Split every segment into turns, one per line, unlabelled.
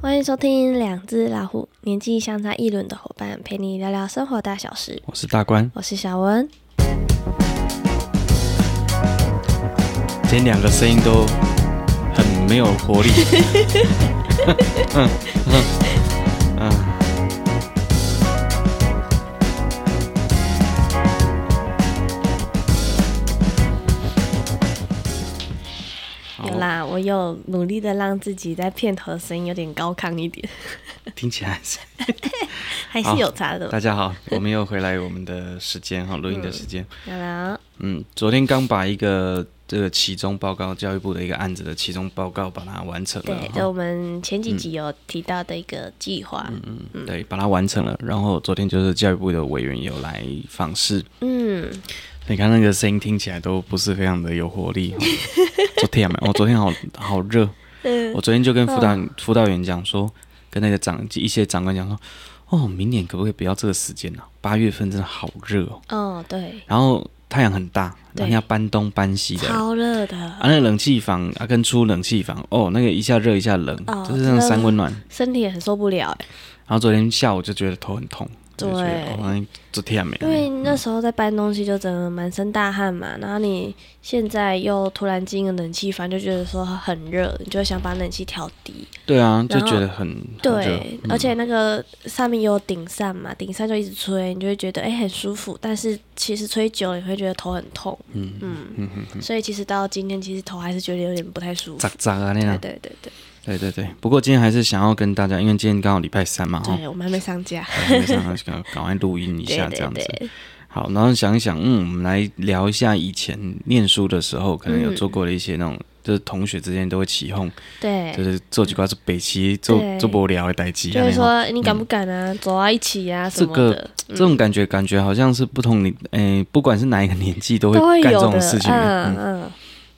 欢迎收听《两只老虎》，年纪相差一轮的伙伴陪你聊聊生活大小事。
我是大关。
我是小文，
今天两个声音都很没有活力。嗯嗯嗯，好
有啦，我有努力的让自己在片头的声音有点高亢一点，
听起来是。
还是有差的。
大家好，我们又回来我们的时间哈，录音的时间。
好啦，
嗯，昨天刚把一个这个期中报告，教育部的一个案子的期中报告把它完成了
对，
哈。
就我们前几集有提到的一个计划，
嗯，对，把它完成了。然后昨天就是教育部的委员有来访视，
嗯，
你看那个声音听起来都不是非常的有活力。哈昨天啊没，我、哦昨天好好热。
嗯
我昨天就跟辅导辅导员讲说，跟那个长一些长官讲说，哦，明年可不可以不要这个时间呢、八月份真的好热哦，
哦，对，
然后太阳很大，
对
人家搬东搬西的。
超热的，
啊，那冷气房啊，跟出冷气房哦，那个一下热一下冷，
哦
就是
真
那种
的
三温暖。
身体很受不了哎。
然后昨天下午就觉得头很痛，就觉得
对
哦，那昨天没，
因为那时候在搬东西，就整个满身大汗嘛，然后你现在又突然进个冷气房，就觉得说很热，你就会想把冷气调低。
对啊，就
然后
觉得很很热
对，而且那个上面有顶扇嘛，顶扇就一直吹，你就会觉得哎、很舒服，但是其实吹久了你会觉得头很痛，
嗯
嗯
嗯嗯嗯，
所以其实到今天其实头还是觉得有点不太舒服
咋。咋啊那
对
样。
对对对，
对对对，不过今天还是想要跟大家，因为今天刚好礼拜三嘛，哈，
对我们还没上架，
还没上赶快赶快录音哦 一
对
下这
对
样子。
对，
好，然后想一想，嗯，我们来聊一下以前念书的时候，可能有
嗯
做过的一些那种，就是同学之间都会起哄，就
对，
是做几瓜做北齐做
对
做无聊的代际，
就会
这样哦
说你敢不敢啊，走啊一起啊什么
这
的
个，这种感觉，感觉好像是不同你，诶，不管是哪一个年纪都会
都会
干这
有
种
的
事，情的，
嗯
嗯，
嗯。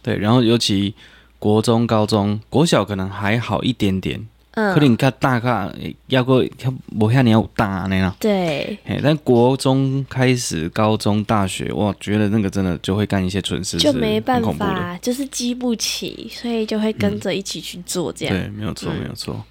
对。然后尤其国中、高中、国小可能还好一点点，
嗯，
可能较大较，要过较无遐尼有大呢啦。
对
嘿，但国中开始，高中、大学，我觉得那个真的就会干一些蠢事，
就是没办
很恐怖的。嗯
法，就是激不起，所以就会跟着一起去做这样。
对，没有错，
嗯
没有错。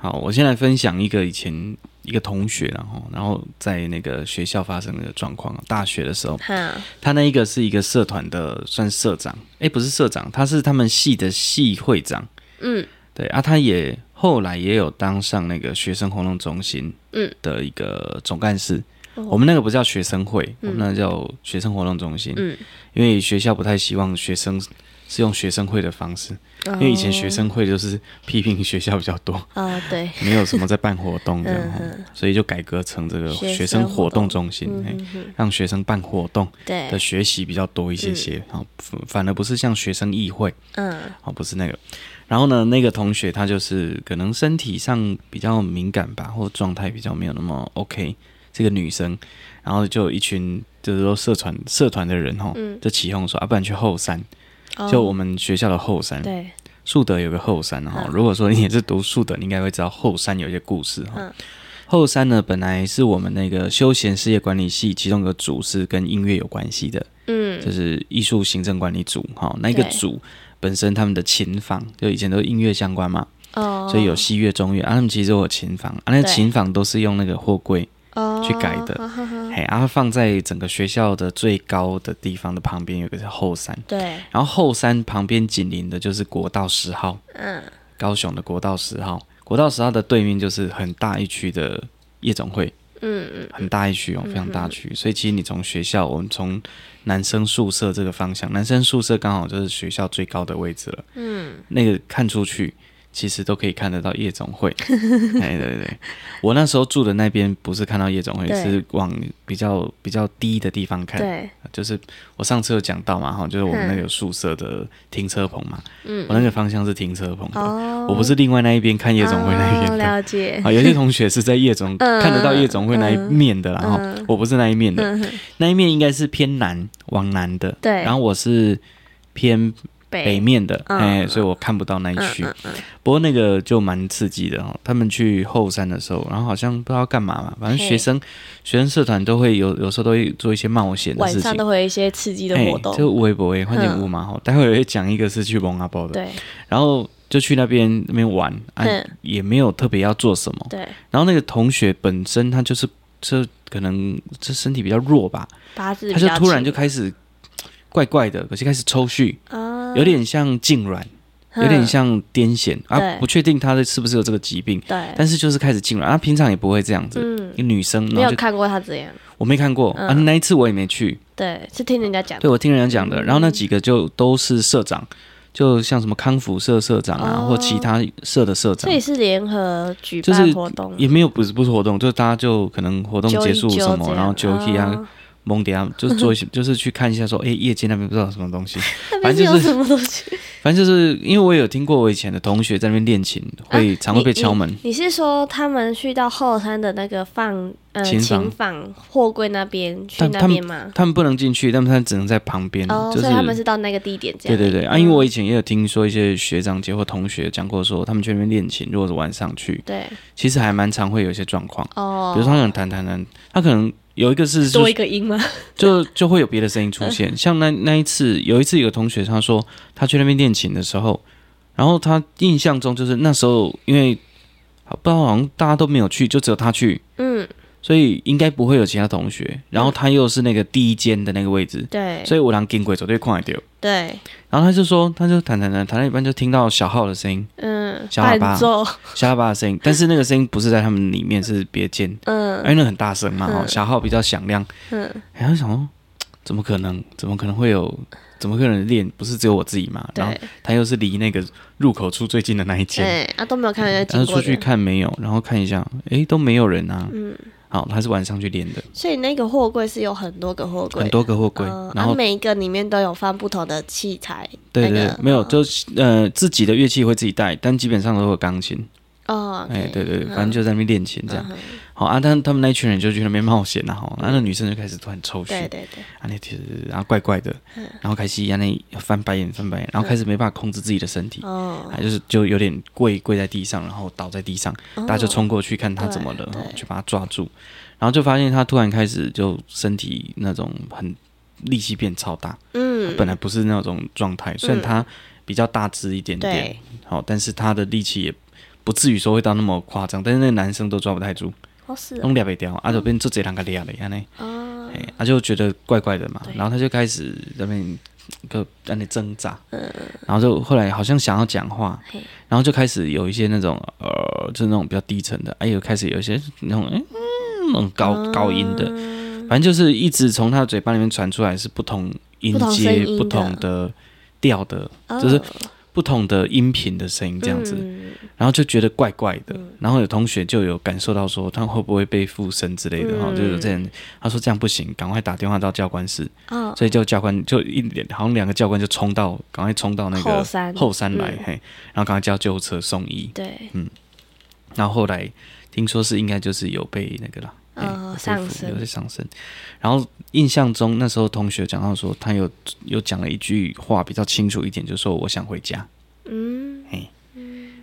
好，我先来分享一个以前一个同学，然后然后在那个学校发生的状况。大学的时候，
哈，
他那一个是一个社团的，算社长，诶，不是社长，他是他们系的系会长。
嗯，
对啊，他也后来也有当上那个学生活动中心
嗯
的一个总干事。
哦
我们那个不叫学生会，
嗯
我们那个叫学生活动中心。
嗯，
因为学校不太希望学生是用学生会的方式，因为以前学生会就是批评学校比较 多，
哦啊，对，
没有什么在办活动这样
嗯，
哦所以就改革成这个
学生
学生活动中心，
嗯
嘿
哼哼，
让学生办活动的
对，
学习比较多一些些，好，反反而不是像学生议会。
嗯
哦，不是那个。然后呢，那个同学他就是可能身体上比较敏感吧，或状态比较没有那么 OK，是个女生。然后就有一群就是说社团社团的人哈、
嗯
就起哄说啊，不然去后山，
哦
就我们学校的后山，
对，
树德有个后山哈、
嗯
如果说你也是读树德，你应该会知道后山有一些故事哈、
嗯
后山呢，本来是我们那个休闲事业管理系其中一个组是跟音乐有关系的，就
嗯，
是艺术行政管理组哈，那个
对
组本身他们的琴房就以前都是音乐相关嘛，
哦，
所以有西乐、中乐啊，他们其实都有琴房啊，那
对
琴房都是用那个货柜，
哦
去改的
哈哈哈
嘿，啊放在整个学校的最高的地方的旁边有个是后山，
对，
然后后山旁边紧邻的就是国道十号，
嗯，
高雄的国道十号，国道十号的对面就是很大一区的夜总会，
嗯
很大一区哦，非常大区。所以其实你从学校，我们从男生宿舍这个方向，男生宿舍刚好就是学校最高的位置了。
嗯
那个看出去，其实都可以看得到夜总会。 哎，对对对，我那时候住的那边不是看到夜总会，
对
是往比较比较低的地方
嗯，
看。
对，嗯
就是我上次有讲到嘛，哈，就是我们那个宿舍的停车棚嘛，我那个方向是停车棚的，
哦，
我不是另外那一边看夜总会那一边
哦
的。
了解，
啊，有些同学是在夜总、
嗯
看得到夜总会那一面的啦，然后、
嗯
我不是那一面的，
嗯，哼
那一面应该是偏南往南的，
对
然后我是偏北
北，
面的，
嗯
哎、所以我看不到那一
嗯
区。
嗯嗯，
不过那个就蛮刺激的哦，他们去后山的时候，然后好像不知道干嘛嘛，反正
嘿
学生学生社团都会有有时候都会做一些冒险的
晚
事
上
情。
都会有一些刺激的
哎
活动，嗯
就微博哎，换点物嘛吼，待会儿会讲一个是去蒙阿波的，
对，
然后就去那边那边玩，啊
嗯，
也没有特别要做什么。
对，
然后那个同学本身他就是这可能这身体比较弱吧，
八字
他
比
就
较
突然
轻
就开始怪怪的，可是开始抽搐，
啊，
有点像痉挛，有点
嗯
像癫痫啊，
对
不确定他的是不是有这个疾病，
对，
但是就是开始痉挛，啊，平常也不会这样子。
嗯
一，女生，
没
然后
有
就
看过他这样，
我没看过啊，
嗯
那一次我也没去，
对，是听人家讲的
对我听人家讲的。
嗯
然后那几个就都是社长，就像什么康复社社长啊，
哦
或其他社的社长啊
这，也是联合举
就
办
是
活动，
也没有不是不是活动，就是大家就可能活动
揪
结
一
束
揪
什么
这，
然后
样
就一样
啊
蒙迪啊，就是做一些，就是去看一下说，哎，业界那边不知道有什么东西，
那
反
边是
正就
有
是
什么东西？
反正就是因为我有听过我以前的同学在那边练琴，会常会被敲门，
啊你是说他们去到后山的那个放呃
琴房
琴房货柜那边去
但
那
他们
边吗？
他们不能进去，但是他们只能在旁边，
哦，
就
所以他们是到那个地点这
对
样。
对对啊，
嗯
因为我以前也有听说一些学长姐或同学讲过说，他们去那边练琴，如果是晚上去，
对
其实还蛮常会有一些状况，
哦，
比如说他可能弹弹弹，他可能有一个是就
多一个音吗？
就就会有别的声音出现，像那那一次有一次有个同学他说他去那边练琴的时候，然后他印象中就是那时候因为不知道好像大家都没有去，就只有他去，
嗯，
所以应该不会有其他同学。然后他又是那个第一间的那个位置，
对
所以我让经过走对看得到。
对，
然后他就说，他就弹弹弹弹到一半就听到小号的声音，
嗯，
小喇
伴
叭
奏，
小喇叭的声音，但是那个声音不是在他们里面，是别间，因
嗯
为那很大声嘛，哦，
嗯
小号比较响亮。
嗯，
然后想说，怎么可能？怎么可能会有？怎么可能练？不是只有我自己嘛？然后
对，
他又是离那个入口处最近的那一间，
哎，啊都没有看人家
嗯然后
经
出
过
去
的，
看没有，然后看一下，诶，都没有人啊。
嗯，
好，他是晚上去练的，
所以那个货柜是有很多个货柜，
很多个货柜
嗯，
然
啊
后
每一个里面都有放不同的器材，
对
那
对
个
对，没有，
嗯
就是呃自己的乐器会自己带，但基本上都有钢琴。
哦，
哎，
OK，
对对对，
嗯
反正就在那边练琴这样。好啊，但他们那一群人就去那边冒险然后那那女生就开始突然抽
对
搐，
对对，
啊那其实然后怪怪的，
嗯
然后开始啊那翻白眼翻白眼，然后开始没办法控制自己的身体，
哦
啊，就是就有点跪跪在地上，然后倒在地上，
哦
大家就冲过去看他怎么
对
了，然后
对
去把他抓住，然后就发现他突然开始就身体那种很力气变超大，
嗯，
本来不是那种状态，虽然
嗯
他比较大只一点点，
对，
好，但是他的力气也不至于说会到那么夸张，但是那个男生都抓不太住，
哦是哦
弄抓不掉，啊，就变做这两个俩的安尼，
哦，
哎，他就觉得怪怪的嘛，
对
然后他就开始在那边个在那挣扎，然后就后来好像想要讲话
嗯嘿，
然后就开始有一些那种呃，就是那种比较低沉的，哎，有开始有一些那种嗯那种高
哦
高音的，
嗯
反正就是一直从他的嘴巴里面传出来是不同音
不同声
阶、
音
不
的
同的调的、就是不同的音频的声音这样子，
哦嗯
然后就觉得怪怪的。然后有同学就有感受到说，他会不会被附身之类的哈、
嗯
就有这人他说这样不行，赶快打电话到教官室，
哦，
所以就教官就一脸好像两个教官就冲到，赶快冲到那个
后山
后山来、
嗯
嘿，然后赶快叫救护车送医。
对，
然后后来听说是应该就是有被那个啦，哎
呃
有被
上
扶
升
有被上升。然后印象中那时候同学讲到说，他有有讲了一句话比较清楚一点，就是说我想回家，
嗯，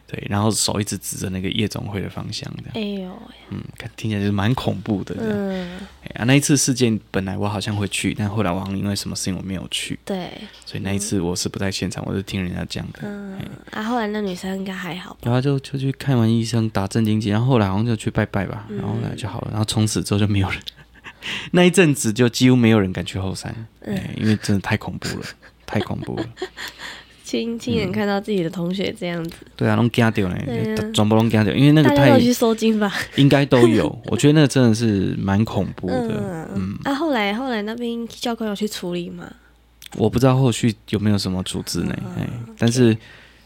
对，然后手一直指着那个夜总会的方向，这样，
哎呦，
嗯，看听起来就是蛮恐怖的这样。
嗯，
哎啊，那一次事件本来我好像会去，但后来我好像因为什么事情我没有去，
对，
所以那一次我是不在现场，我是听人家讲的。
嗯，啊，后来那女生应该还好吧，
然后就就去看完医生打镇定剂，然后后来好像就去拜拜吧，
嗯
然后后来就好了，然后从此之后就没有人， 那一阵子就几乎没有人敢去后山，
嗯
哎因为真的太恐怖 了，太恐怖了。
亲亲
嗯
眼看到自己的同学这样子，
对啊，拢惊掉
对
嘞
啊，
全部拢惊掉，因为那个
大家
太
都去收金吧，
应该都有，我觉得那个真的是蛮恐怖的。
嗯，啊，后来后来那边教官有去处理吗？
我不知道后续有没有什么处置呢，哎，但是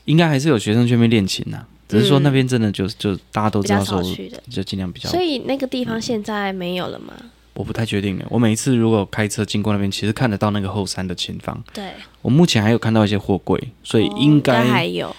应该还是有学生去那边练琴呐，只是
嗯
说
嗯
那边真的就就大家都
比
知道
较少
说，
去的，
就尽量比较
所以那个地方现在没有了吗？
我不太确定耶。我每一次如果开车经过那边，其实看得到那个后山的前方。
对，
我目前还有看到一些货柜，所以
哦
应
还嗯
该
有，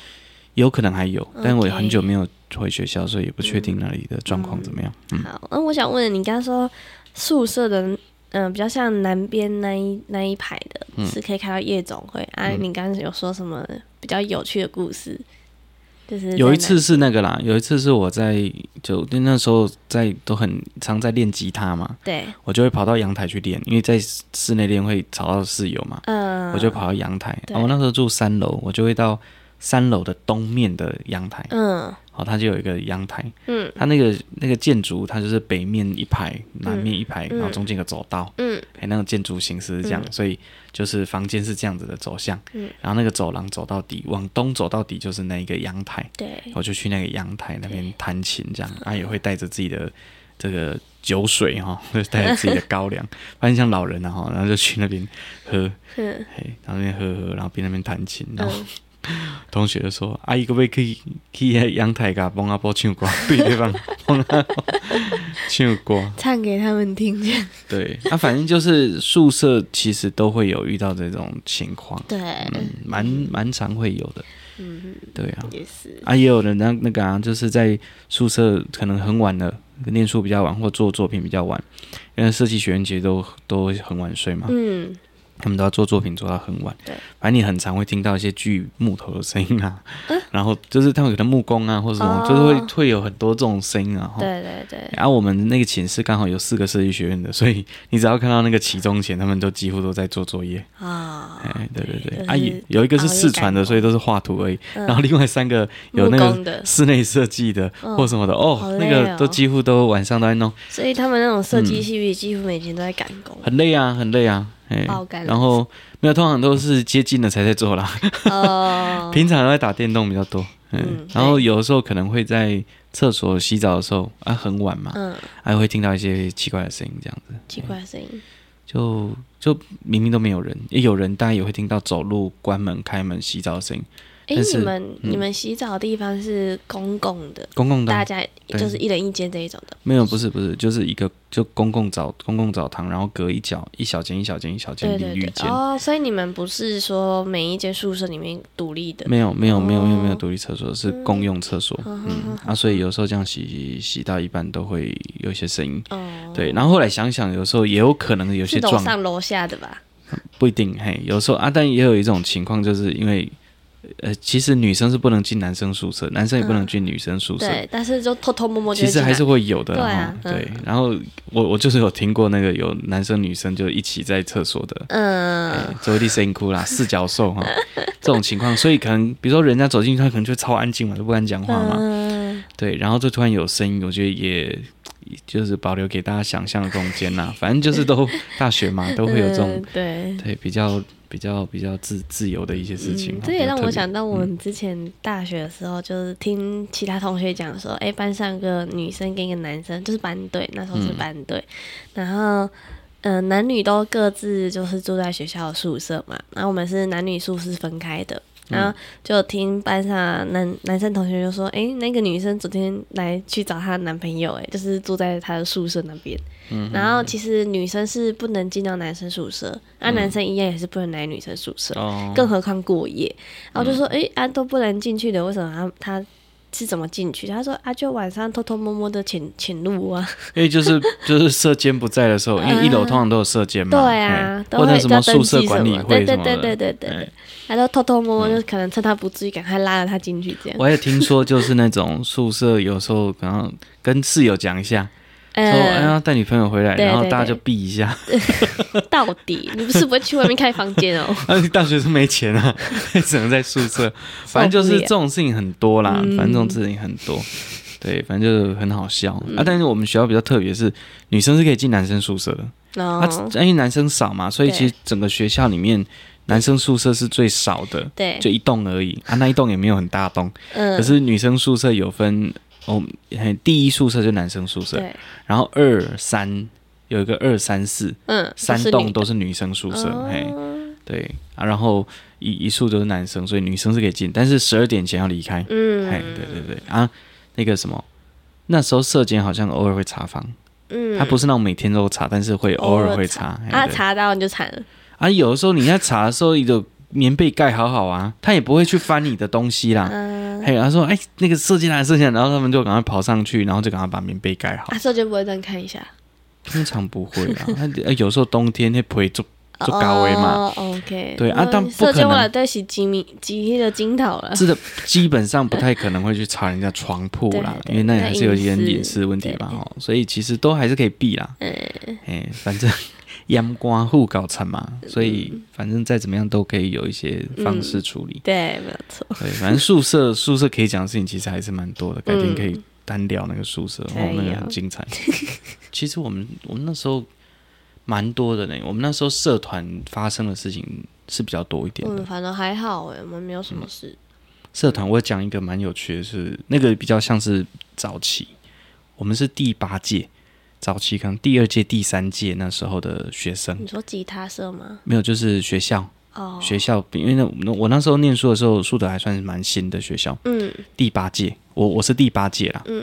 有可能还有，但我也很久
OK
没有回学校，所以也不确定那里的状况怎么样。嗯，
好，那我想问你，刚刚说宿舍的，嗯、比较像南边那一那一排的，
嗯
是可以看到夜总会。啊，你刚刚有说什么比较有趣的故事？就是
有
在
一次
哪，
是那个啦，有一次是我在就因为那时候在都很常在练吉他嘛，
对，
我就会跑到阳台去练，因为在室内练会吵到室友嘛，
嗯、
我就跑到阳台。
对
啊我那时候住三楼，我就会到三楼的东面的阳台，
嗯
好、它就有一个阳台，
嗯
它那个那个建筑它就是北面一排，南面一排，
嗯
然后中间有个走道，
嗯
哎、那种建筑形式是这样，所以就是房间是这样子的走向，
嗯
然后那个走廊走到底，往东走到底就是那一个阳台，
对，
我就去那个阳台那边弹琴，这样，啊也会带着自己的这个酒水哈、就带着自己的高粱，发现像老人啊哈，然后就去那边喝，
嗯
嘿，然后那边喝喝，然后边那边弹琴，然后、 同学就说：“阿姨，可不可以去去那阳台给帮阿婆唱歌，对对方帮阿婆唱歌。
唱给他们听这样，”
对，那、反正就是宿舍其实都会有遇到这种情况，
对，
嗯，蛮蛮常会有的，
嗯
对啊。
也是，
啊，也有人那那个啊，就是在宿舍可能很晚了，念书比较晚，或做作品比较晚，因为设计学院其实都都很晚睡嘛，
嗯
他们都要做作品做到很晚。
对，
反正你很常会听到一些锯木头的声音啊，然后就是他们可能木工啊或什么，
嗯哦
就是会会有很多这种声音啊。吼。
对对对，
然后、我们那个寝室刚好有四个设计学院的，所以你只要看到那个期中前，他们都几乎都在做作业。
啊，
哎，对对对，
对
啊，
就是
有有一个是
熬夜
四川
赶
的，
工
所以都是画图而已。
嗯
然后另外三个有
木
那
工
个
的，
室内设计的
嗯
或什么的，
好
哦，那
累
个
哦
都几乎都晚上都在弄，
所以他们那种设计
嗯
系毕业几乎每天都在赶工，
很累啊，很累啊。哎
爆肝，了
然后没有，通常都是接近了才在做啦，
哦，
平常都在打电动比较多。嗯
嗯，
然后有的时候可能会在厕所洗澡的时候啊，很晚嘛，
嗯，
还会听到一些奇怪的声音，这样子，
奇怪的声音，
就就明明都没有人，也有人，当然也会听到走路、关门、开门、洗澡的声音，
哎，
但是
你们
嗯
你们洗澡的地方是公共的，
公共的啊
大家
对
就是一人一间这一种的，
没有，不是不是，就是一个就公共澡公共澡堂，然后隔一角一小间一小间一小间
对
淋
对
浴
对，
间，
哦，所以你们不是说每一间宿舍里面独立的，
没有没有没有没有没有
哦
独立厕所，是公用厕所。
嗯
嗯啊，所以有时候这样洗洗到一半都会有一些声音。
哦，
对，然后后来想想，有时候也有可能有些
是楼
撞
上楼下的吧？
不一定，嘿，有时候啊，但也有一种情况，就是因为呃，其实女生是不能进男生宿舍，男生也不能进女生宿
嗯
舍，
对，但是就偷偷摸摸就会
其实
进来
还是会有的啦，
对啊
哈对
嗯。
然后我我就是有听过那个有男生女生就一起在厕所的，
嗯，
周地声音哭啦，四角兽哈，这种情况，所以可能比如说人家走进去，他可能就超安静嘛，都不敢讲话嘛，
嗯，
对，然后就突然有声音，我觉得也就是保留给大家想象的空间啦，反正就是都大学嘛，都会有这种
嗯对。
对比较比较比较自自由的一些事情
嗯，
哈，
这也
比较
让
特
我
别
想到我们之前大学的时候，就是听其他同学讲说，哎、班上有个女生跟一个男生，就是班队，那时候
嗯
是班队，然后，嗯、男女都各自就是住在学校的宿舍嘛，然后我们是男女宿是分开的，然
嗯
后就听班上男男生同学就说，哎、那个女生昨天来去找她男朋友、哎，就是住在她的宿舍那边，
嗯
然后其实女生是不能进到男生宿舍，
嗯
啊，男生一样也是不能来女生宿舍，
哦，嗯
更何况过夜。然后就说，诶，啊都不能进去的，为什么啊他他是怎么进去？他说啊，就晚上偷偷摸摸的潜潜入啊。
因为就是就是社监不在的时候，因为一楼通常都有社监嘛，
对啊
嘿，
都
嗯哎或者
会
什
要
么
登
宿舍
记什
管理
么，
会
对
什
对
么
对
的，
对对对
哎
对，他都偷偷摸摸，就可能趁他不注意，赶快拉着他进去这样。
我也听说，就是那种宿舍有时候可能跟室友讲一下，说哎
嗯，
呀带女朋友回来，
对
然后
对
大家
对
就避一下。
到底你不是不会去外面开房 间哦？
那、大学生没钱啊， 只能在宿 舍。反正就是这种事情很多啦，
嗯
反正这种事情很多。对，反正就是很好笑、
嗯
啊。但是我们学校比较特别，是女生是可以进男生宿舍的。啊
哦，，
因为男生少嘛，所以
对
其实整个学校里面男生宿舍是最少的，
对，
就一栋而已。啊，那一栋也没有很大栋。
嗯，
可是女生宿舍有分哦，嘿第一宿舍就男生宿舍，
对，
然后二三有一个二三四，
嗯，
三
就是
栋
女
都是女生宿舍，嘿，
哦
对啊，然后一一宿都是男生，所以女生是可以进，但是十二点前要离开，嘿，
嗯，
对对对啊，那个什么。那时候社监好像偶尔会查房，
嗯，
他不是那种每天都查，但是会偶尔会查。嘿
啊，
对
查到你就惨了，
啊，有的时候你在查的时候，你的棉被盖好好啊，他也不会去翻你的东西啦。
嗯，
还有他说，哎、那个射进来，射进来，然后他们就赶快跑上去，然后就赶快把棉被盖好
啊，。所以就不会这样看一下。
通常不会啦，他呃有时候冬天那被就就高危嘛，
哦，OK，
对啊
嗯
但不
射
可
箭我
能
了对是几米几的金头了，
这个基本上不太可能会去查人家床铺啦，
对对
因为那也还是有一点
那隐私
隐私问题吧，
对
哦，所以其实都还是可以避啦。
嗯
哎、反正 阳光户搞惨嘛，所以反正再怎么样都可以有一些方式处理。
对，没有错。
对，反正宿舍宿舍可以讲的事情其实还是蛮多的，改天
嗯
可以单聊那个宿舍，
可以
哦，那个
哦
很精彩。其实我们我们那时候蛮多的呢，我们那时候社团发生的事情是比较多一点
我
的。
们嗯反正还好哎，我们没有什么事。
社团我讲一个蛮有趣的是，那个比较像是早期，我们是第八届，早期可能第二届、第三届那时候的学生
你，说吉他社吗？
没有就是学校
哦，
学校，因为那我我那时候念书的时候，树德还算是蛮新的学校，
嗯
第八届，我我是第八届啦，
嗯，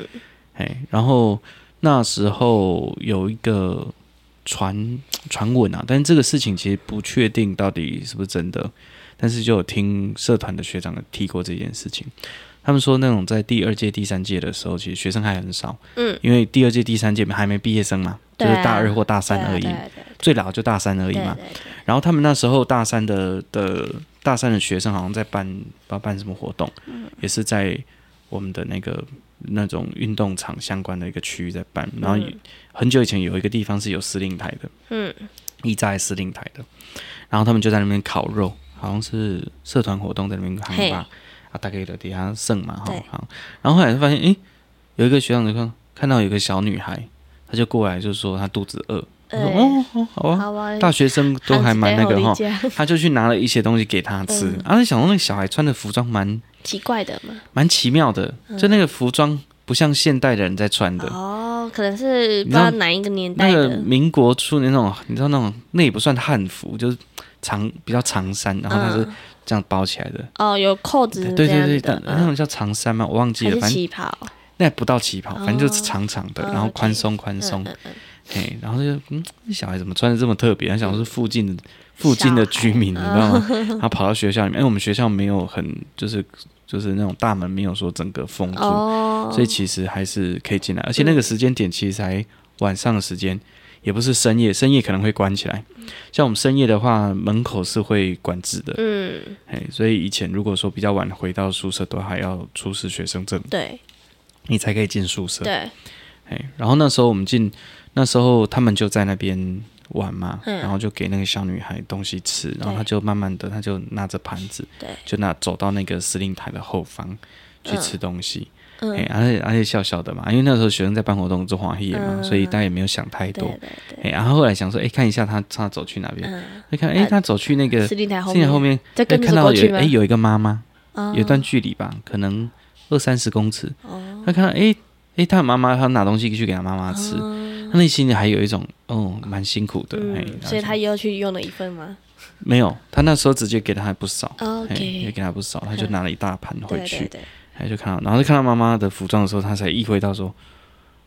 哎，然后那时候有一个传传闻啊，但是这个事情其实不确定到底是不是真的，但是就有听社团的学长提过这件事情。他们说，那种在第二届、第三届的时候，其实学生还很少，
嗯，
因为第二届、第三届还没毕业生嘛，就
对
是
啊
大二或大三
对啊
而已，
对啊对啊
最老就大三而已
对
嘛
啊。对啊对啊
然后他们那时候大三的的大三的学生好像在办不知道办什么活动，也是在我们的那个那种运动场相关的一个区域在办。然后有很久以前有一个地方是有司令台的，
嗯，
一在司令台的，然后他们就在那边烤肉，好像是社团活动在那边
嘿
喊吧，啊，大概的底下剩嘛哈
对，
好，然后后来就发现，诶，有一个学长就看看到有一个小女孩，他就过来就说她肚子饿，我说
哎
哦哦好啊，
好吧，
大学生都还蛮那个哈
汉，字得好理解
他就去拿了一些东西给他吃。
嗯
啊，那想说那个小孩穿的服装蛮
奇怪的嘛。
蛮奇妙的，就那个服装不像现代人在穿的，
嗯哦，可能是不知
你知道
道哪一个年
那
代
个
的，
民国初年那种，你知道那种那也不算汉服，就是长比较长衫，然后它是
嗯
这样包起来的。
哦，有扣子
对
这
对
样
对，
子
但
的
那
吗，
种叫长衫吗？我忘记
还
了，
是
反正
旗袍？
那不到旗袍，
哦
反正就是长长的，
哦
然后
OK
宽松宽松，
嗯嗯
嘿，然后就嗯，这小孩怎么穿的这么特别？他想说是附近
嗯
的附近的居民，你知道吗？ 他跑到学校里面，因为我们学校没有很就是就是那种大门没有说整个封住，
哦，嗯
所以其实还是可以进来。而且那个时间点其实才晚上的时间，也不是深夜，深夜可能会关起来。像我们深夜的话，门口是会管制的，
嗯，
嘿，所以以前如果说比较晚回到宿舍，都还要出示学生证，
对
你才可以进宿舍。
对，
哎，然后那时候我们进，那时候他们就在那边玩嘛，
嗯
然后就给那个小女孩东西吃，然后她就慢慢的，她就拿着盘子，
对
就拿走到那个司令台的后方去吃东西，
嗯
哎、而且而且笑笑的嘛，因为那时候学生在办活动做黄页嘛，
嗯
所以大家也没有想太
对
多，
对对，
哎，然后后来想说，哎，看一下她她走去哪边，
嗯，呃
就看哎她走去那个
司
司
令台后
令台
面
后面，
再
哎
跟着
看到
过去
有
吗
哎？有一个妈妈，
哦
有一段距离吧，可能二三十公尺。
哦，
他看到诶诶，他妈妈他拿东西去给他妈妈吃，
嗯
他内心里还有一种哦，蛮辛苦的。哎、
嗯，所以他又去用了一份吗
没有，他那时候直接给他还不少，
哦
哎也
？OK，
给他不少，他就拿了一大盘回
对
去，
对对，
哎，就看到，然后就看到妈妈的服装的时候，他才意会到说，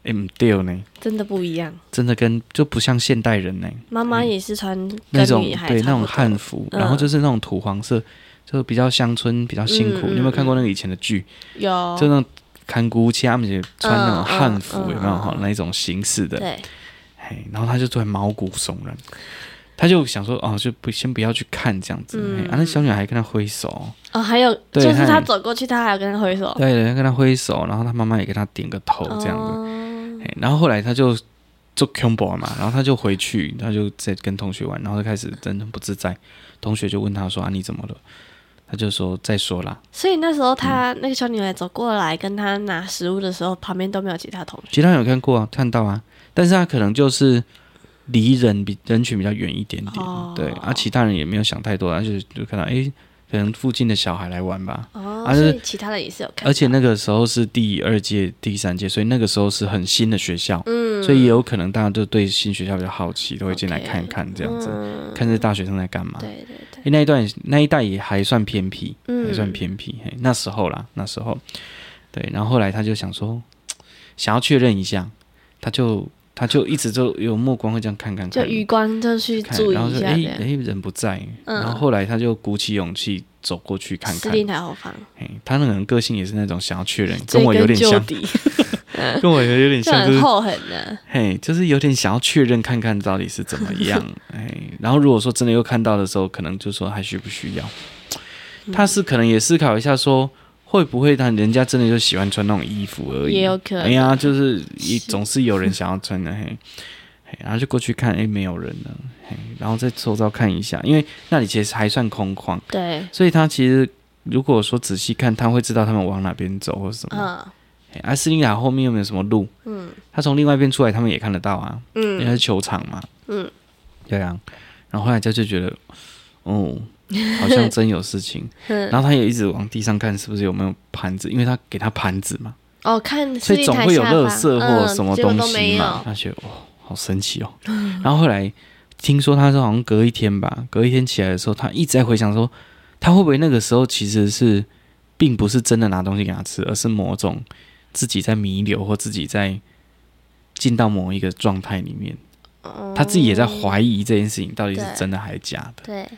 哎，唔对呢，
真的不一样。
真的跟就不像现代人呢，
妈妈也是穿
那
跟
种
女孩
对那
差不
种
多
汉服，
嗯
然后就是那种土黄色，就比较乡村，比较辛苦。
嗯嗯
你有没有看过那个以前的剧？
有
就那种看姑家，他们就穿那种
哦嗯嗯
汉服，
嗯
有没有
嗯
哈？那一种形式的，
对
嘿，然后他就突然毛骨悚然，他就想说，哦，就不先不要去看这样子。嘿啊，那小女孩跟他挥手，
嗯哦，还有
对
就是
还
他走过去，他还要跟他挥手，
对，人家跟他挥手，然后他妈妈也跟他点个头这样
哦
子。
子。
嘿，然后后来他就做 combo 嘛，然后他就回去，他就在跟同学玩，然后就开始真的不自在。同学就问他说啊，你怎么了？他就说再说啦，
所以那时候他
嗯
那个小女孩走过来跟他拿食物的时候，旁边都没有其他同学。
其他人有看过啊，看到啊，但是他可能就是离人比人群比较远一点点，
哦
对，啊，其他人也没有想太多，他就就看到诶，可能附近的小孩来玩吧。
哦，
啊
所
就是
以其他人也是有看到，
而且那个时候是第二届、第三届，所以那个时候是很新的学校，
嗯，
所以也有可能大家就对新学校比较好奇，都会进来
OK
看看这样子，
嗯
看这大学生在干嘛。
对对对，
诶那一段那一代也还算偏僻，
嗯
还算偏僻。嘿，那时候啦，那时候，对，然后后来他就想说，想要确认一下，他就他就一直就有目光会这样看看
就
看，
余光就去
看
注意
然后
一
说
下
哎
这
哎
样。
人不在，
嗯
然后后来他就鼓起勇气走过去看
司
看。
令台后方，
嘿，他那个人个性也是那种想要确认，跟
追
我有点
根究
像，
底，
跟我有 有点
就
像，就
很
是
厚很的。
嘿，就是有点想要确认看看到底是怎么 样，哎，然后如果说真的又看到的时候，可能就说还需不需要？他是可能也思考一下说。会不会他人家真的就喜欢穿那种衣服而已？哎
也有可能
哎呀，就是一总是有人想要穿的，嘿，嘿然后就过去看，哎，没有人了，嘿，然后再周遭看一下，因为那里其实还算空旷，
对，
所以他其实如果说仔细看，他会知道他们往哪边走或什么。
嗯
嘿啊，斯林卡后面又没有什么路，
嗯
他从另外一边出来，他们也看得到啊，因为
嗯
它是球场嘛。
嗯，
对啊，然后后来他就觉得，哦，好像真有事情。
嗯，
然后他也一直往地上看，是不是有没有盘子？因为他给他盘子嘛，
哦，看是
所以
一
总
台
会有
下
垃
方
圾或什么
嗯、结果
东
都没
西
有嗯
嘛。他觉得哇、好神奇哦。然后后来听说他是好像隔一天吧，隔一天起来的时候，他一直在回想说，他会不会那个时候其实是并不是真的拿东西给他吃，而是某种自己在弥留或自己在进到某一个状态里面，
哦
他自己也在怀疑这件事情到底是
对
真的还是假的。
对，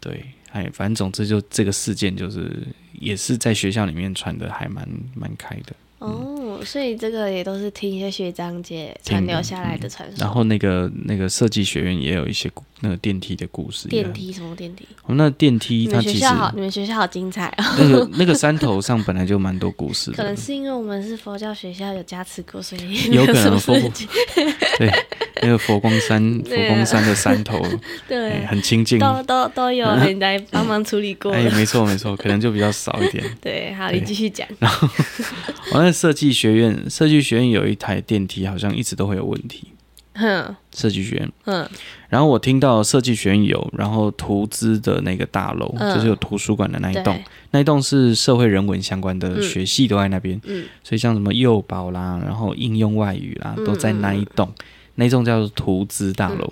对，哎，反正总之就这个事件就是也是在学校里面传的还蛮蛮开的。
哦，所以这个也都是听一些学长姐
听
传
的嗯
留下来的传说。
然后那个那个设计学院也有一些故那个电梯的故事。
电，梯什么电梯？
我们那电梯
你
它
们学
其实
校好，你们学校好精彩哦！
那个那个山头上本来就蛮多故事
可
的
能，是因为我们是佛教学校有加持过，所以
有
没
可
什么
能佛
事情。
对，那个佛光山佛
对啊
光山的山头，哎，
对，啊
很清静。
都都都有人来帮忙处理过了。
嗯哎，没错没错，可能就比较少 一点。
对，好，你
对
继续讲。
我、那设计学院，设计学院有一台电梯，好像一直都会有问题。
哼
设计学院，
哼，
然后我听到设计学院有，然后图资的那个大楼，
嗯
就是有图书馆的那一栋
对，，
那一栋是社会人文相关的
嗯
学系都在那边，
嗯
所以像什么幼保啦，然后应用外语啦，
嗯嗯
都在那一栋，那一栋叫做图资大楼。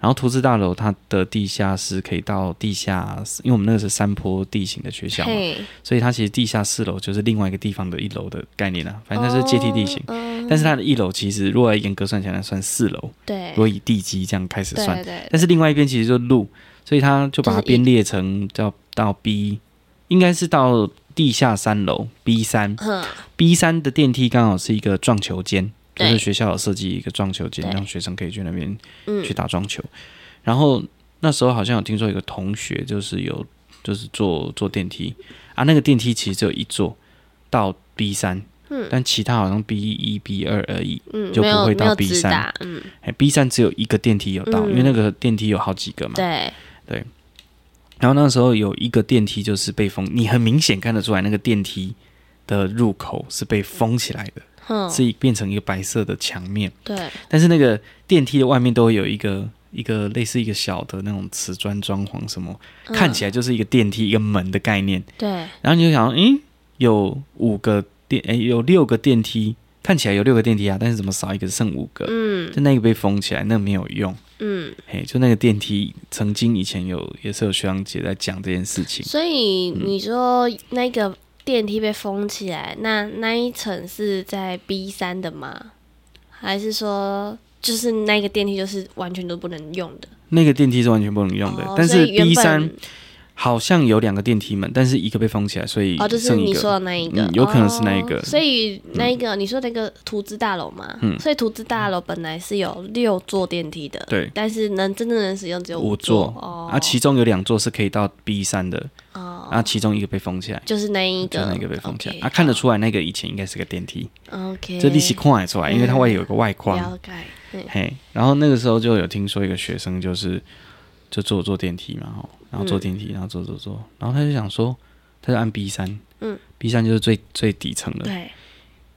然后图资大楼它的地下室可以到地下，因为我们那个是山坡地形的学校嘛，
嘿，
所以它其实地下四楼就是另外一个地方的一楼的概念啊，反正它是阶梯地形。
嗯，
但是它的一楼其实如果要严格算起来算四楼，
对，
如果以地基这样开始
对
算
对，对，
但是另外一边其实就路，所以他就把它
就是一
编列成叫到 B，应该是到地下三楼 B 三
哼，
，B 三的电梯刚好是一个撞球间，就
对
是学校有设计一个撞球间，
对
让学生可以去那边
嗯
去打撞球。然后那时候好像有听说有个同学就是有就是坐坐电梯啊，那个电梯其实只有一座到 B 三，
嗯
但其他好像 B 一 B 二而已。
嗯，
就
没
不
有
会
没
到
有
B
直
三
达，嗯，
哎，B 三只有一个电梯有到，
嗯
因为那个电梯有好几个嘛。
对，
然后那时候有一个电梯就是被封，你很明显看得出来那个电梯的入口是被封起来的，
哼，
是一变成一个白色的墙面，
对，
但是那个电梯的外面都会有一个一个类似一个小的那种瓷砖装潢什么，看起
来
来就是一个电梯一个门的概念。
嗯对，
然后你就想，诶，有五个电，诶，有六个电梯，看起来有六个电梯啊，但是怎么少一个剩五个？
嗯
就那个被封起来，那没有用。
嗯。
嘿，就那个电梯，曾经以前有也是有学长姐在讲这件事情。
所以
嗯
你说那个电梯被封起来，那那一层是在 B 三的吗？还是说就是那个电梯就是完全都不能用的？
那个电梯是完全不能用的，
哦
但
所
是
以原
B
本
三好像有两个电梯门，但是一个被封起来，所以
哦，就是
剩一
你
个
说的那一个，
嗯有可能是那一个
哦所以那一个、你说那个图资大楼嘛，
嗯
所以图资大楼本来是有六座电梯的，
对
但是能真正能使用只有
五
座
座，
哦，
啊，其中有两座是可以到 B 三的，
哦
啊，其中一个被封起来。
就是那一
就
个，
那个被封起来
OK，
啊，看得出来那个以前应该是个电梯，
，OK，
这力气框也出来，因为它外有一个外框，
了解，嗯
嘿。然后那个时候就有听说一个学生就是就坐坐电梯嘛，吼，然后坐
嗯
电梯，然后坐坐坐，然后他就想说，他就按 B 三，
嗯
，B 三就是最最底层的，
对，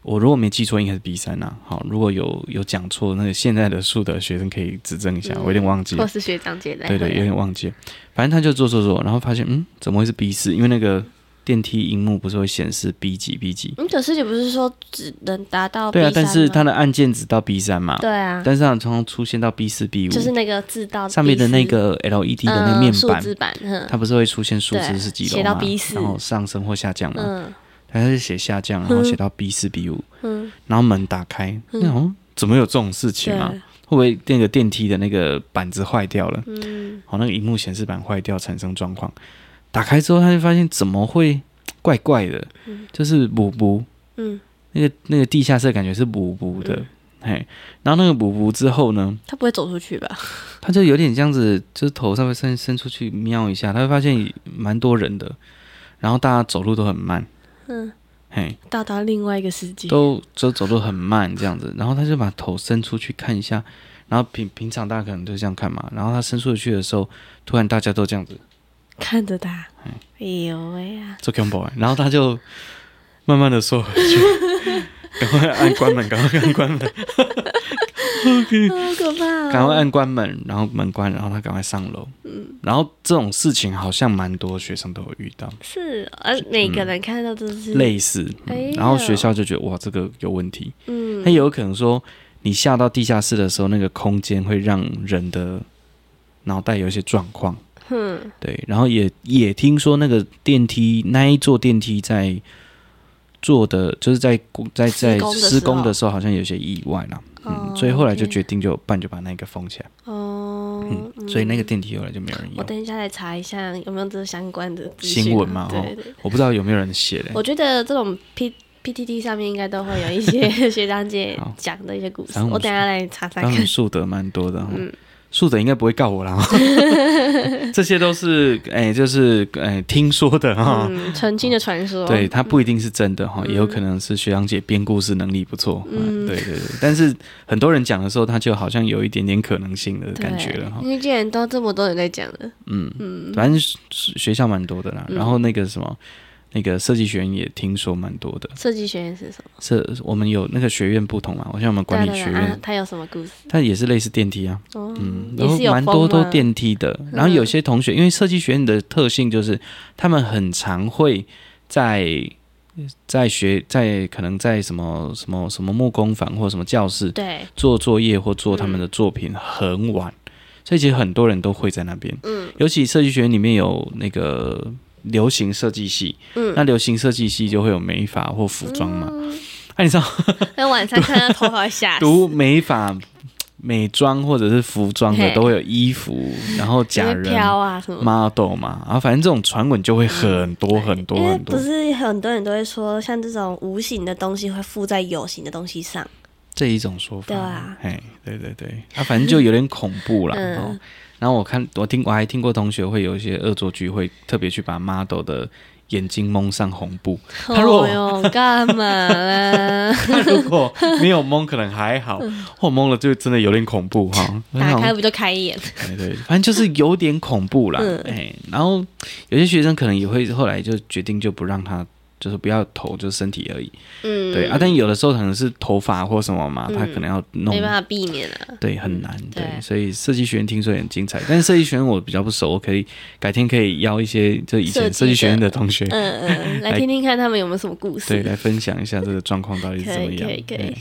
我如果没记错，应该是 B 三啊。好，如果有有讲错，那个现在的数的学生可以指正一下，
嗯
我有点忘记
或
了。
是学长姐来
对
回来，
对，有点忘记了。反正他就做做做，然后发现嗯，怎么会是 B 四？因为那个电梯荧幕不是会显示 B 几 B 几？
嗯，可是你不是说只能达到 B
对啊
三，
但是
吗
它的按键只到 B 三嘛，
对啊，
但是它从出现到 B 四 B 五，
就是那个字到
上面的
B4
那个 LED 的那个
嗯
面
数
板，
字版，嗯
它不是会出现数字
对
是几
写
楼
到
嘛
B4，
然后上升或下降嘛，
嗯
它是写下降，然后写到 B 四 B 五，
嗯，
然后门打开，那种、嗯、怎么有这种事情啊？
对，
会不会那个电梯的那个板子坏掉了？
嗯
好，那个荧幕显示板坏掉产生状况。打开之后，他就发现怎么会怪怪的，就是补补
嗯，
那个那个地下室感觉是补补的，嘿。然后那个补补之后呢，
他不会走出去吧？
他就有点这样子，就是头稍微伸伸出去瞄一下，他会发现蛮多人的，然后大家走路都很慢，
嗯，
嘿，
到达另外一个世界。
都走走路很慢这样子，然后他就把头伸出去看一下，然后平平常大家可能都这样看嘛，然后他伸出去的时候，突然大家都这样子，
看着他，哎呦喂呀、
做 combo，欸然后他就慢慢的缩回去，赶快按关门，赶快按 关门，嗯
好可怕、哦！
赶快按关门，然后门关，然后他赶快上楼，嗯，然后这种事情好像蛮多学生都有遇到，
是，而每个人看到都是，
类似，
哎呦
嗯、然后学校就觉得哇这个有问题，
嗯
那，也有可能说，你下到地下室的时候，那个空间会让人的脑袋有一些状况。
哼，
对，然后也也听说那个电梯那一座电梯在做的，就是在在
施
在
工的时候
施工的时候，好像有些意外啦。
哦
嗯，所以后来就
OK
决定就不然就把那个封起来。
哦，
嗯，所以那个电梯后来就没有人
我
用。
等一下来查一下有没有这相关的资讯啊
新闻嘛，哈
对对，
我不知道有没有人写嘞。
我觉得这种 P PTT 上面应该都会有一些 学长姐
好
讲的一些故 事
然后，我们
我等一下来查查
当然
看。
树德蛮多的哈，
嗯
树德应该不会告我啦。哈 这些都是哎、就是哎、听说的哈。
嗯，纯净的传说。嗯
对，，它不一定是真的哈，也有可能是学长姐编故事能力不错。嗯，对对对。但是很多人讲的时候，它就好像有一点点可能性的感觉了哈。
因为既然都这么多人在讲了，
嗯嗯，反正是学校蛮多的啦。然
嗯
后那个什么，那个设计学院也听说蛮多的。
设计学院是什么？
是我们有那个学院不同嘛，好像我们管理学
对啊对啊
院，
它有什么故事？
它也是类似电梯啊。
哦，
嗯，
也
然后
是有
蛮
风啊嗯
多都
吗
电梯的。然后有些同学，因为设计学院的特性就是，他们很常会在在学在可能在什么什么什么木工坊或什么教室
对，
做作业或做他们的作品很晚，所以其实很多人都会在那边。
嗯，
尤其设计学院里面有那个流行设计系，
嗯
那流行设计系就会有美发或服装嘛。
嗯
那、你知道
那晚上看到头发吓死。
读美发、美妆或者是服装的
嘿
都会有衣服，然后
也
假
会
人、
飘啊什么？
model 嘛，然后反正这种传闻就会很多很多
因为
很多
哎不。是很多人都会说，像这种无形的东西会附在有形的东西上。
这一种说法，
对啊
嘿，对对对，啊，反正就有点恐怖啦。
嗯
哦然后我看，我听，我还听过同学会有一些恶作剧，会特别去把 model 的眼睛蒙上红布。他如果
哦哟，干嘛啦？
他如 果没有蒙，可能还好；或蒙了，就真的有点恐怖哈。
嗯
很
打
好
开不就开眼？
哎，对，反正就是有点恐怖啦。
嗯
哎，然后有些学生可能也会后来就决定就不让他，就是不要头，就是身体而已。
嗯，
对啊，但有的时候可能是头发或什么嘛，他可能要弄
没，办法避免啊。
对，很难。
对
对，所以设计学院听说也很精彩，但是设计学院我比较不熟，我可以改天可以邀一些就以前
设
设
计的
计学院的同学。
嗯嗯，来听听看他们有没有什么故
对，
事。
来分享一下这个状况到底是怎么样
可以。可以可以
哎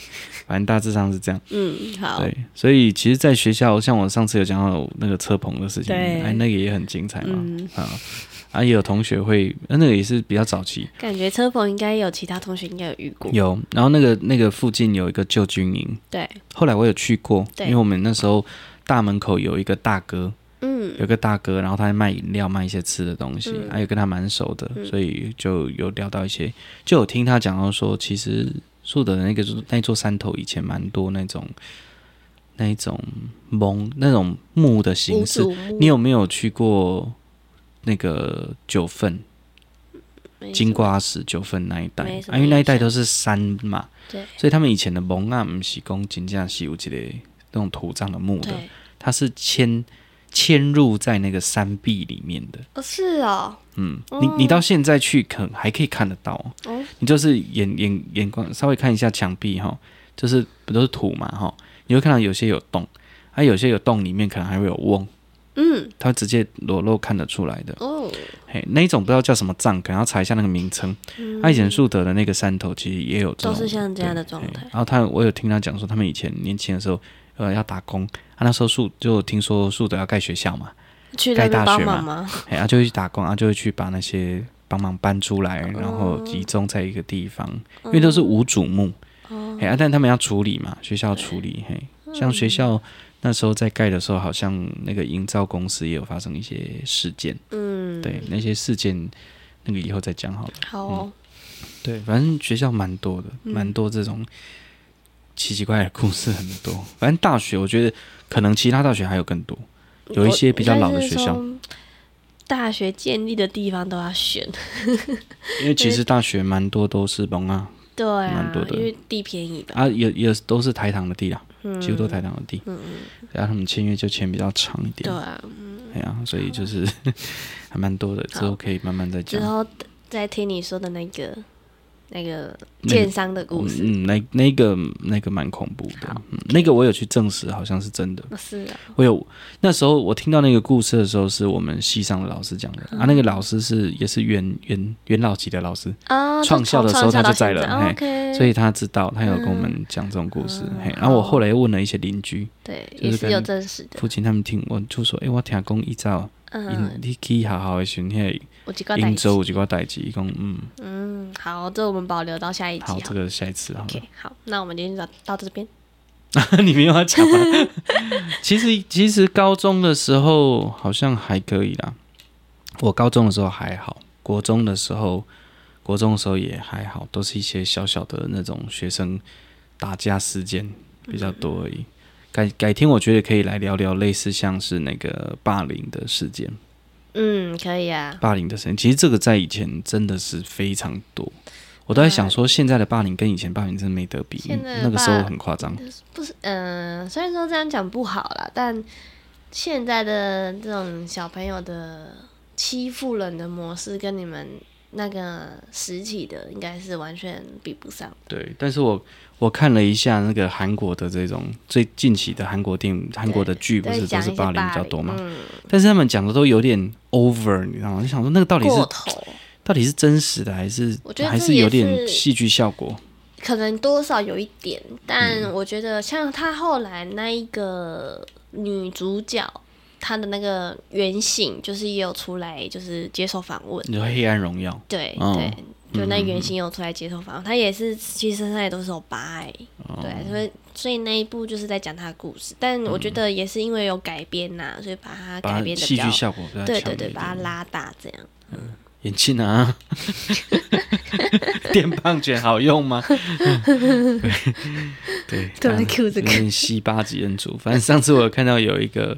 反正大致上是这样。
嗯，好，
对，所以其实，在学校，像我上次有讲到那个车棚的事情，
对
哎，那个也很精彩嘛。
嗯，
啊，啊，也有同学会，呃那个也是比较早期
感觉车棚应该有其他同学应该有遇过。
有，然后那个那个附近有一个旧军营，
对，
后来我有去过，
对
因为我们那时候大门口有一个大哥，
嗯，
有个大哥，然后他在卖饮料，卖一些吃的东西，还、有、跟他蛮熟的，所以就有聊到一些，就有听他讲到说，其实树德的那个那座山头以前蛮多那种那一种蒙那种木的形式，
五组目
你有没有去过那个九份？
没
金
什么
瓜石九份那一带，
没什
啊
么
因为那一
印
带
象
都是山嘛，
对
所以他们以前的蒙啊，不是讲真正是有一个那种土葬的墓的，
对，
它是嵌嵌入在那个山壁里面的。
哦是哦，
嗯，你你到现在去可还可以看得到哦，
哦
你就是眼眼眼光稍微看一下墙壁哈，就是不都是土嘛哈，你会看到有些有洞，啊有些有洞里面可能还会有瓮，
嗯，
它直接裸露看得出来的。
哦，
嘿，那一种不知道叫什么藏，可能要查一下那个名称。爱简树德的那个山头其实也有这种，
嗯都是像这样的状
对
态。
然后他，我有听他讲说，他们以前年轻的时候，呃，要打工。啊，那时候树就听说树德要盖学校嘛，
去那边帮忙吗？
哎，啊，就会去打工，啊，就会去把那些帮忙搬出来，
哦
然后集中在一个地方，因为都是无主墓。
嗯哦，嗯
哎、啊，但他们要处理嘛，学校要处理。嘿，像学校那时候在盖的时候，好像那个营造公司也有发生一些事件。
嗯，
对，那些事件，那个以后再讲好了。
好哦，
对，反正学校蛮多的，
嗯
蛮多这种奇奇怪怪的故事很多。反 正嗯大学，我觉得可能其他大学还有更多，有一些比较老的学校
我应该是说。大学建立的地方都要选。
因为其实大学蛮多都是崩啊
对啊
蛮多，的
因为地便宜吧。
啊，也也都是台糖的地啦，啊
嗯，
几乎都台糖的地，
嗯嗯，
然后他们签约就签比较长一
对
点，
啊，
哎呀，所以就是 还蛮多的，之后可以慢慢再
之
讲。
后再听你说的那个那个
那个
建商的故事，
嗯，那那个那个蛮恐怖的
好，
嗯那个我有去证实，好像是真的。
不是啊，
我有那时候我听到那个故事的时候，是我们系上的老师讲的、
嗯
啊，那个老师是也是元元元老级的老师，
啊，
创校的时候他就在了嘿
o k
所以他知道，他有跟我们讲这种故事。
嗯哦
嘿，然后我后来又问了一些邻居、
对
就是
也是
跟
有证实的，
父亲他们听，我就说，诶，我听讲一早，因
嗯，
你去好好的寻迄
我几个代
瀛州有一个代志，伊讲嗯，
嗯，好，这我们保留到下一集啊
好，这个下一次好了。
OK，好，那我们今天就到到这边，
你没有要讲吗？ 其实其实高中的时候好像还可以啦，我高中的时候还好，国中的时候，国中的时候也还好，都是一些小小的那种学生打架事件比较多而已。改改天我觉得可以来聊聊类似像是那个霸凌的事件，
嗯，可以啊，
霸凌的事件，其实这个在以前真的是非常多。我都在想说，现在的霸凌跟以前霸凌真的没得比，
现在的
那个时候
霸
很夸张。
不是，嗯、虽然说这样讲不好啦，但现在的这种小朋友的欺负人的模式，跟你们那个实体的应该是完全比不上。
对，但是我我看了一下那个韩国的这种最近期的韩国电影、韩国的剧，不
对
是都
讲
是
一些
凌比较多嘛？
嗯，
但是他们讲的都有点 over，你知道吗？就想说那个到底
过
是
头，
到底是真实的还是
我觉得
还
这
是
也
有点
是
戏剧效果？
可能多少有一点，
嗯
但我觉得像她后来那一个女主角。她的那个原型就是也有出来，就是接受访问，
你说《黑暗荣耀
对、
哦
对，就那
嗯嗯
原型有出来接受访问，他也是其实身上也都是有疤哎、
哦
对，所以所以那一部就是在讲他的故事，但我觉得也是因为有改编呐、所以把它》
嗯把
改
它
编的比
戏
较
剧效果比较强
对
烈
对对，
一
把它
点
拉大这样。
眼镜啊，电棒卷好用吗？对
突然
啊
cue 这个
有点西巴吉恩族。反正上次我有看到有一个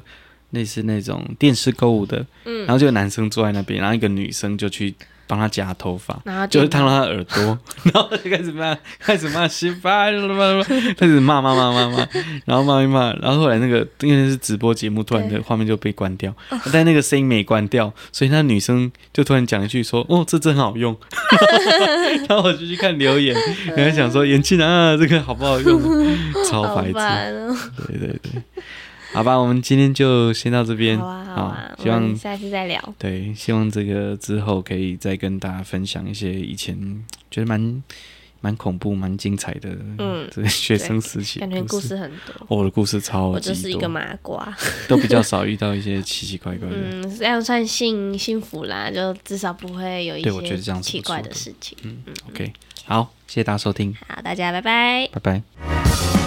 类似那种电视购物的，然后就有男生坐在那边，然后一个女生就去帮他夹头发。
然后
就是
他
烫到他耳朵，然后就开始骂，开始骂西巴，开始骂骂骂骂骂，然后骂一骂，然后后来那个因为是直播节目，突然的画面就被关掉， 但那个声音没关掉，所以那女生就突然讲一句说：“哦，这真 好用。” 然后我就去看留言，
嗯
然后想说：“眼镜啊，这个好不好用？” 超
好
白痴，
烦哦。
对对对，好吧，我们今天就先到这边，
好啊好啊，
希
我
望
们下次再聊。
对，希望这个之后可以再跟大家分享一些以前觉得蛮蛮恐怖、蛮精彩的，
嗯
这个学生时期
感觉故事很多，
哦我的故事超
我
级
就是一个
多，
麻瓜。
都比较少遇到一些奇奇怪怪 的。
嗯，这样算幸幸福啦，就至少不会有一
对我觉得这样
些
是
奇
不
怪
错的嗯
事情。
OK，好，谢谢大家收听，
好，大家拜拜。
拜拜。